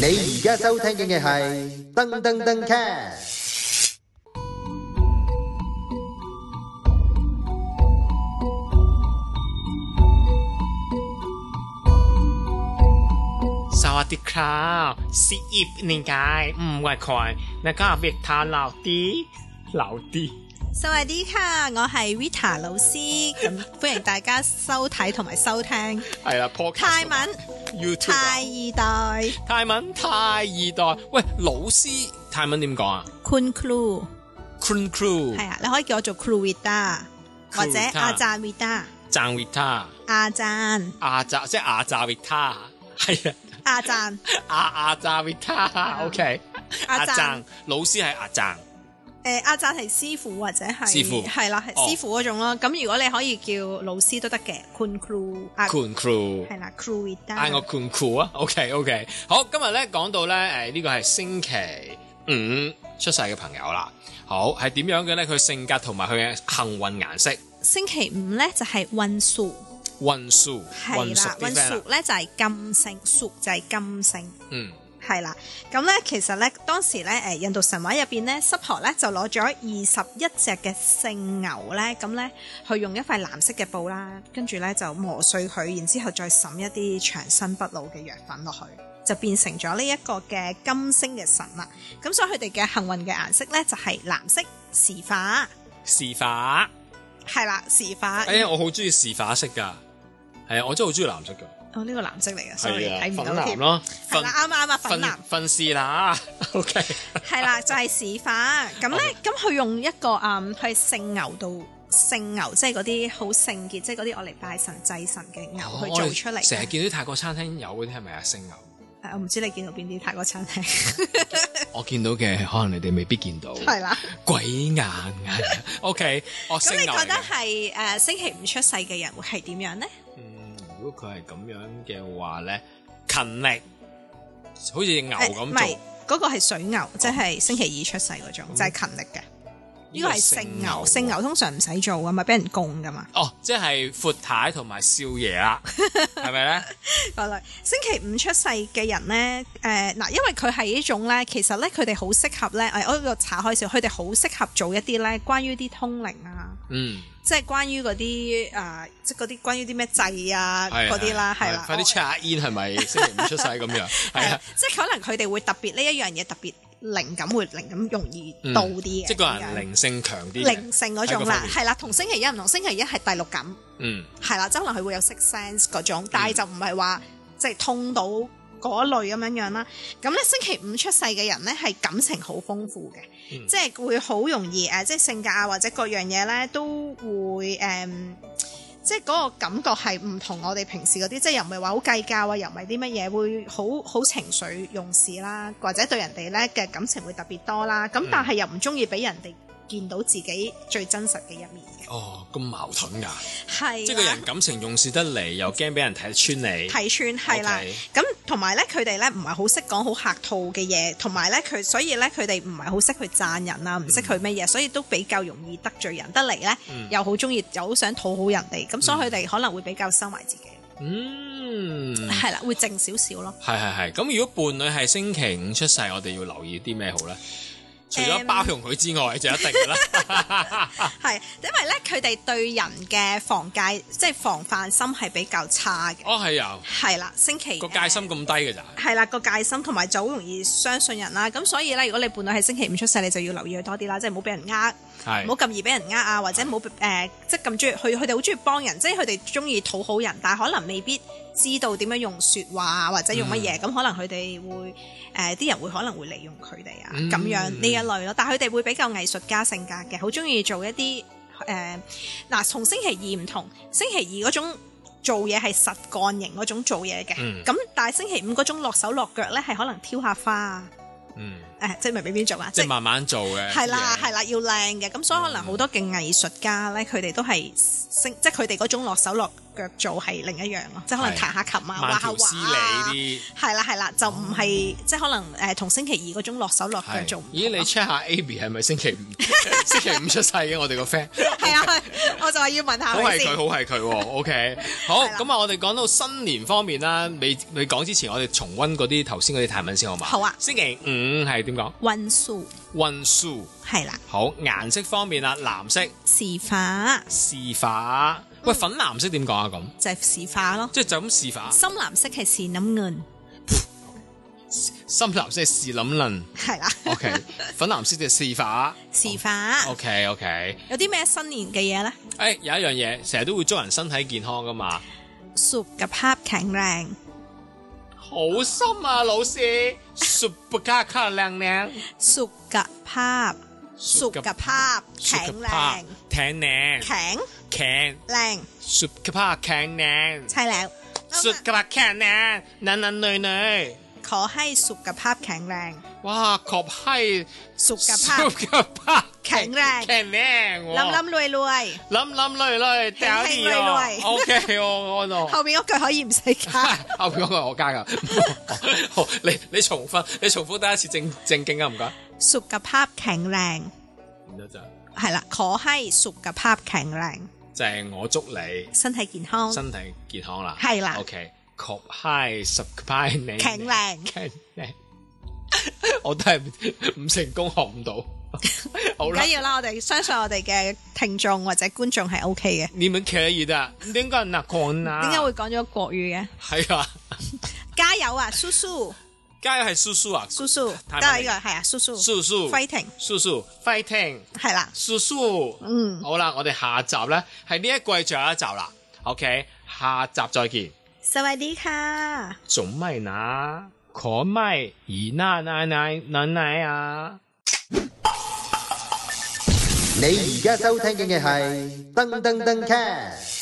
你而家收聽嘅係噔噔噔 cast。 สวัสดีครับซีอิบนิงกายอืมว่าคอยแล้วก็เบกทาเหล่าตีเหล่าตี สวัสดีค่ะ，我係 Vita 老師，咁歡迎大家收睇同埋收聽係啦 p o 泰文 YouTube 啊泰二代泰文泰二代，喂老師泰文點講啊 Kun Clu ？Kun Crew 係啊，你可以叫我做 Clu Vita 或者 Cluita 阿贊 Vita 贊 Vita 阿贊亞扎即係亞扎 Vita 係啊阿贊亞亞扎 Vita OK 阿贊贊老師係亞贊誒阿贊係師傅或者係師傅係啦係哦師傅嗰種咯，咁如果你可以叫老師都得嘅 Kun Clu 啊 Kun Crew 係啦嗌 Clu Vita 我 Kun Crew 啊，OK OK，好，今日咧講到咧，誒呢個係星期五出世嘅朋友啦，好係點樣嘅咧？佢性格同埋佢嘅幸運顏色，星期五咧就係運數運數運係數啦，啲運 friend 啊數咧就係金星，數就係金星。嗯，係啦，咁咧其實咧當時咧誒印度神話入邊咧，濕婆咧就攞咗二十一隻嘅聖牛咧，咁咧佢用一塊藍色嘅布啦，跟住咧就磨碎佢，然之後再滲一啲長生不老嘅藥粉落去，就變成咗呢一個嘅金星嘅神啦。咁所以佢哋嘅幸運嘅顏色咧就係、藍色時化，是啊化，係啦時化。哎呀，我好中意是化色㗎，係啊，我真係好中意藍色㗎，哦呢、個藍色嚟嘅，sorry 係啊，睇唔粉到藍添。咯，係粉啦，啱啊啱啊，粉藍粉。粉是啦 ，OK，係 啦，就係市化。咁咧，咁佢用一個嗯，佢係聖牛度聖牛，即係嗰啲好聖潔，即係嗰啲我嚟拜神祭神嘅牛哦去我做哋出嚟成日嘅。見到啲泰國餐廳有嗰啲係咪啊聖牛？誒我唔知你見到邊啲泰 國餐廳，我見到嘅可能你哋未必見到， 係啦。鬼眼眼，OK，我咁聖你牛覺嚟得嘅係誒星期五出世嘅人會係點樣呢？嗯，如果佢係咁樣嘅話咧，勤力，好似牛誒咁唔做哦係，嗰個係水牛，即係星期二出世嗰嗯種，就係勤力嘅。呢個係聖牛，聖牛通常唔使做噶嘛，俾人供噶嘛。啊哦，即係闊太同埋少爺啦， 係咪咧？個類星期五出世嘅人咧，誒、嗱，因為佢係呢種咧，其實咧佢哋好適合咧，誒我呢度查開少，佢哋好適合做一啲咧關於啲通靈啊，嗯，即係關於嗰啲誒，即係嗰啲關於啲咩祭啊係嗰啲啦，係係啦，快啲 check 下 in 係咪星期五出世咁 樣？係係啦啊，即係可能佢哋會特別呢一樣嘢特別靈感會靈感容易到啲嘅，嗯即係個咁樣人靈性強啲嘅，靈性嗰種啦喺嗰方面，係啦，同星期一唔同，星期一係第六感。嗯，係啦，即係可能佢會有 six sense 嗰種，但係就唔係話即係通到嗰類咁樣樣啦。咁咧星期五出世嘅人咧係感情好豐富嘅，嗯即係會好容易誒、呃即係性格啊或者各樣嘢咧都會誒。嗯即係嗰個感覺係唔同我哋平時嗰啲，即係又唔係話好計較啊，又唔係啲乜嘢，會好好情緒用事啦，或者對人哋咧嘅感情會特別多啦。嗯咁但係又唔中意俾人哋見到自己最真實嘅一面嘅，哦，咁矛盾㗎，係啊即係個啦人感情用事得嚟，又驚俾人睇穿你，睇穿係啦 OK。咁同埋咧，佢哋咧唔係好識講好客套嘅嘢，同埋咧佢所以咧佢哋唔係好識去讚人啊，唔識去乜嘢，所以都比較容易得罪人得嚟咧，嗯又好中意又好想討好人哋，咁所以佢哋可能會比較收埋自己，嗯，係啦，會靜少少咯。係係係。咁如果伴侶係星期五出世，我哋要留意啲咩好咧？除咗誒包容佢之外，就一定㗎 啦。係因為咧佢哋對人嘅防戒即係防範心係比較差嘅，哦，係啊， 係啦，星期個戒心咁低嘅咋？係啦，個戒心同埋就好容易相信人啦，咁所以咧，如果你伴侶係星期五出世，你就要留意佢多啲啦，即係唔好俾人呃。係唔好咁易俾人呃啊，或者唔好誒，即係咁中意佢佢哋好中意幫人，即係佢哋中意討好人，但係可能未必知道點樣用説話啊，或者用嗯乜嘢，咁、可能佢哋會誒啲、人會可能會利用佢哋啊，嗯咁、樣呢一類咯。但係佢哋會比較藝術家性格嘅，好中意做一啲誒嗱，同星期二唔同，星期二嗰種。做嘢係實幹型嗰種做嘢嘅，嗯咁、但係星期五嗰種落手落腳咧，係可能挑下花啊，嗯誒、誒，即係明唔明邊種啊？即係係慢慢做嘅。係啦，啲嘢係啦，要靚嘅，咁所以可能好多嘅藝術家咧，佢哋都係升，即係佢哋嗰種落手落腳做係另一樣咯，即係可能係彈下琴啊，畫慢下條斯畫啊，理啲。係啦係啦，就唔係即係可能誒同星期二嗰種落手落腳係做唔啊咦，同你咯 check 下 Abby 係咪星 期五？星期五出世嘅我哋個 friend，係 啊，係我就話要問下好係佢佢，先。好係佢喎。OK，好係啦咁啊，我哋講到新年方面啦，未未講之前，我哋重温嗰啲頭先嗰啲泰文先好嘛？好啊星期五係點講？運數運輸係啦，好顏色方面啦，藍色示化是化，喂粉藍色點講啊？咁就係示化咯，即係就咁是化，深藍色係是諗銀，深藍色係是諗論。係啦， OK，粉藍色就係是化。示化 OK OK，有啲咩新年嘅嘢咧？誒、有一樣嘢成日都會祝人身體健康噶嘛。熟及黑艇靚。好心啊，老 師，super 卡卡靚靚， สุกภาพ สุกภาพ แข็งแรง 艇靚， แข็ง 艇 แรง super 卡艇靚， ใช่แล้ว สุด卡卡靚，男男女女， ขอให้สุขภาพแข็งแรง 哇，確係 สุขภาพ super 卡 แข็งแรง แข็งแรง喎 ล้ำล้ำรวยรวย 冧冧累累，掉啲 แข็งแรง 喎 รวย ，OK，我我度。後 面嗰句可以唔使加後面嗰個係我加噶， 好你你重複，你重複得一次正正經啊，唔該。 สุขภาพแข็งแรง 唔得咋，係啦ขอให้สุขภาพแข็งแรง 就係我祝你。身體健康身體健康啦，係啦 OK，確 high 十 high 你 แข็งแรง แข็งแรง 我都係唔成功學唔 到。好唔啦緊，要啦我哋相信我哋嘅聽眾或者觀眾係 OK 嘅你們可以的，點解嗱講啊？點解會講咗國語嘅係啊？加油啊蘇蘇加油係叔叔啊，蘇蘇太都慢係呢個係啊蘇蘇叔叔 fighting 叔叔 fighting，係啦叔叔，嗯好啦，我哋下集咧係呢一季最後一集啦，OK，下集再見。 สวัสดีค่ะ 總咪拿，可咪姨奶奶奶奶奶啊！你而家收聽嘅係噔噔噔 c a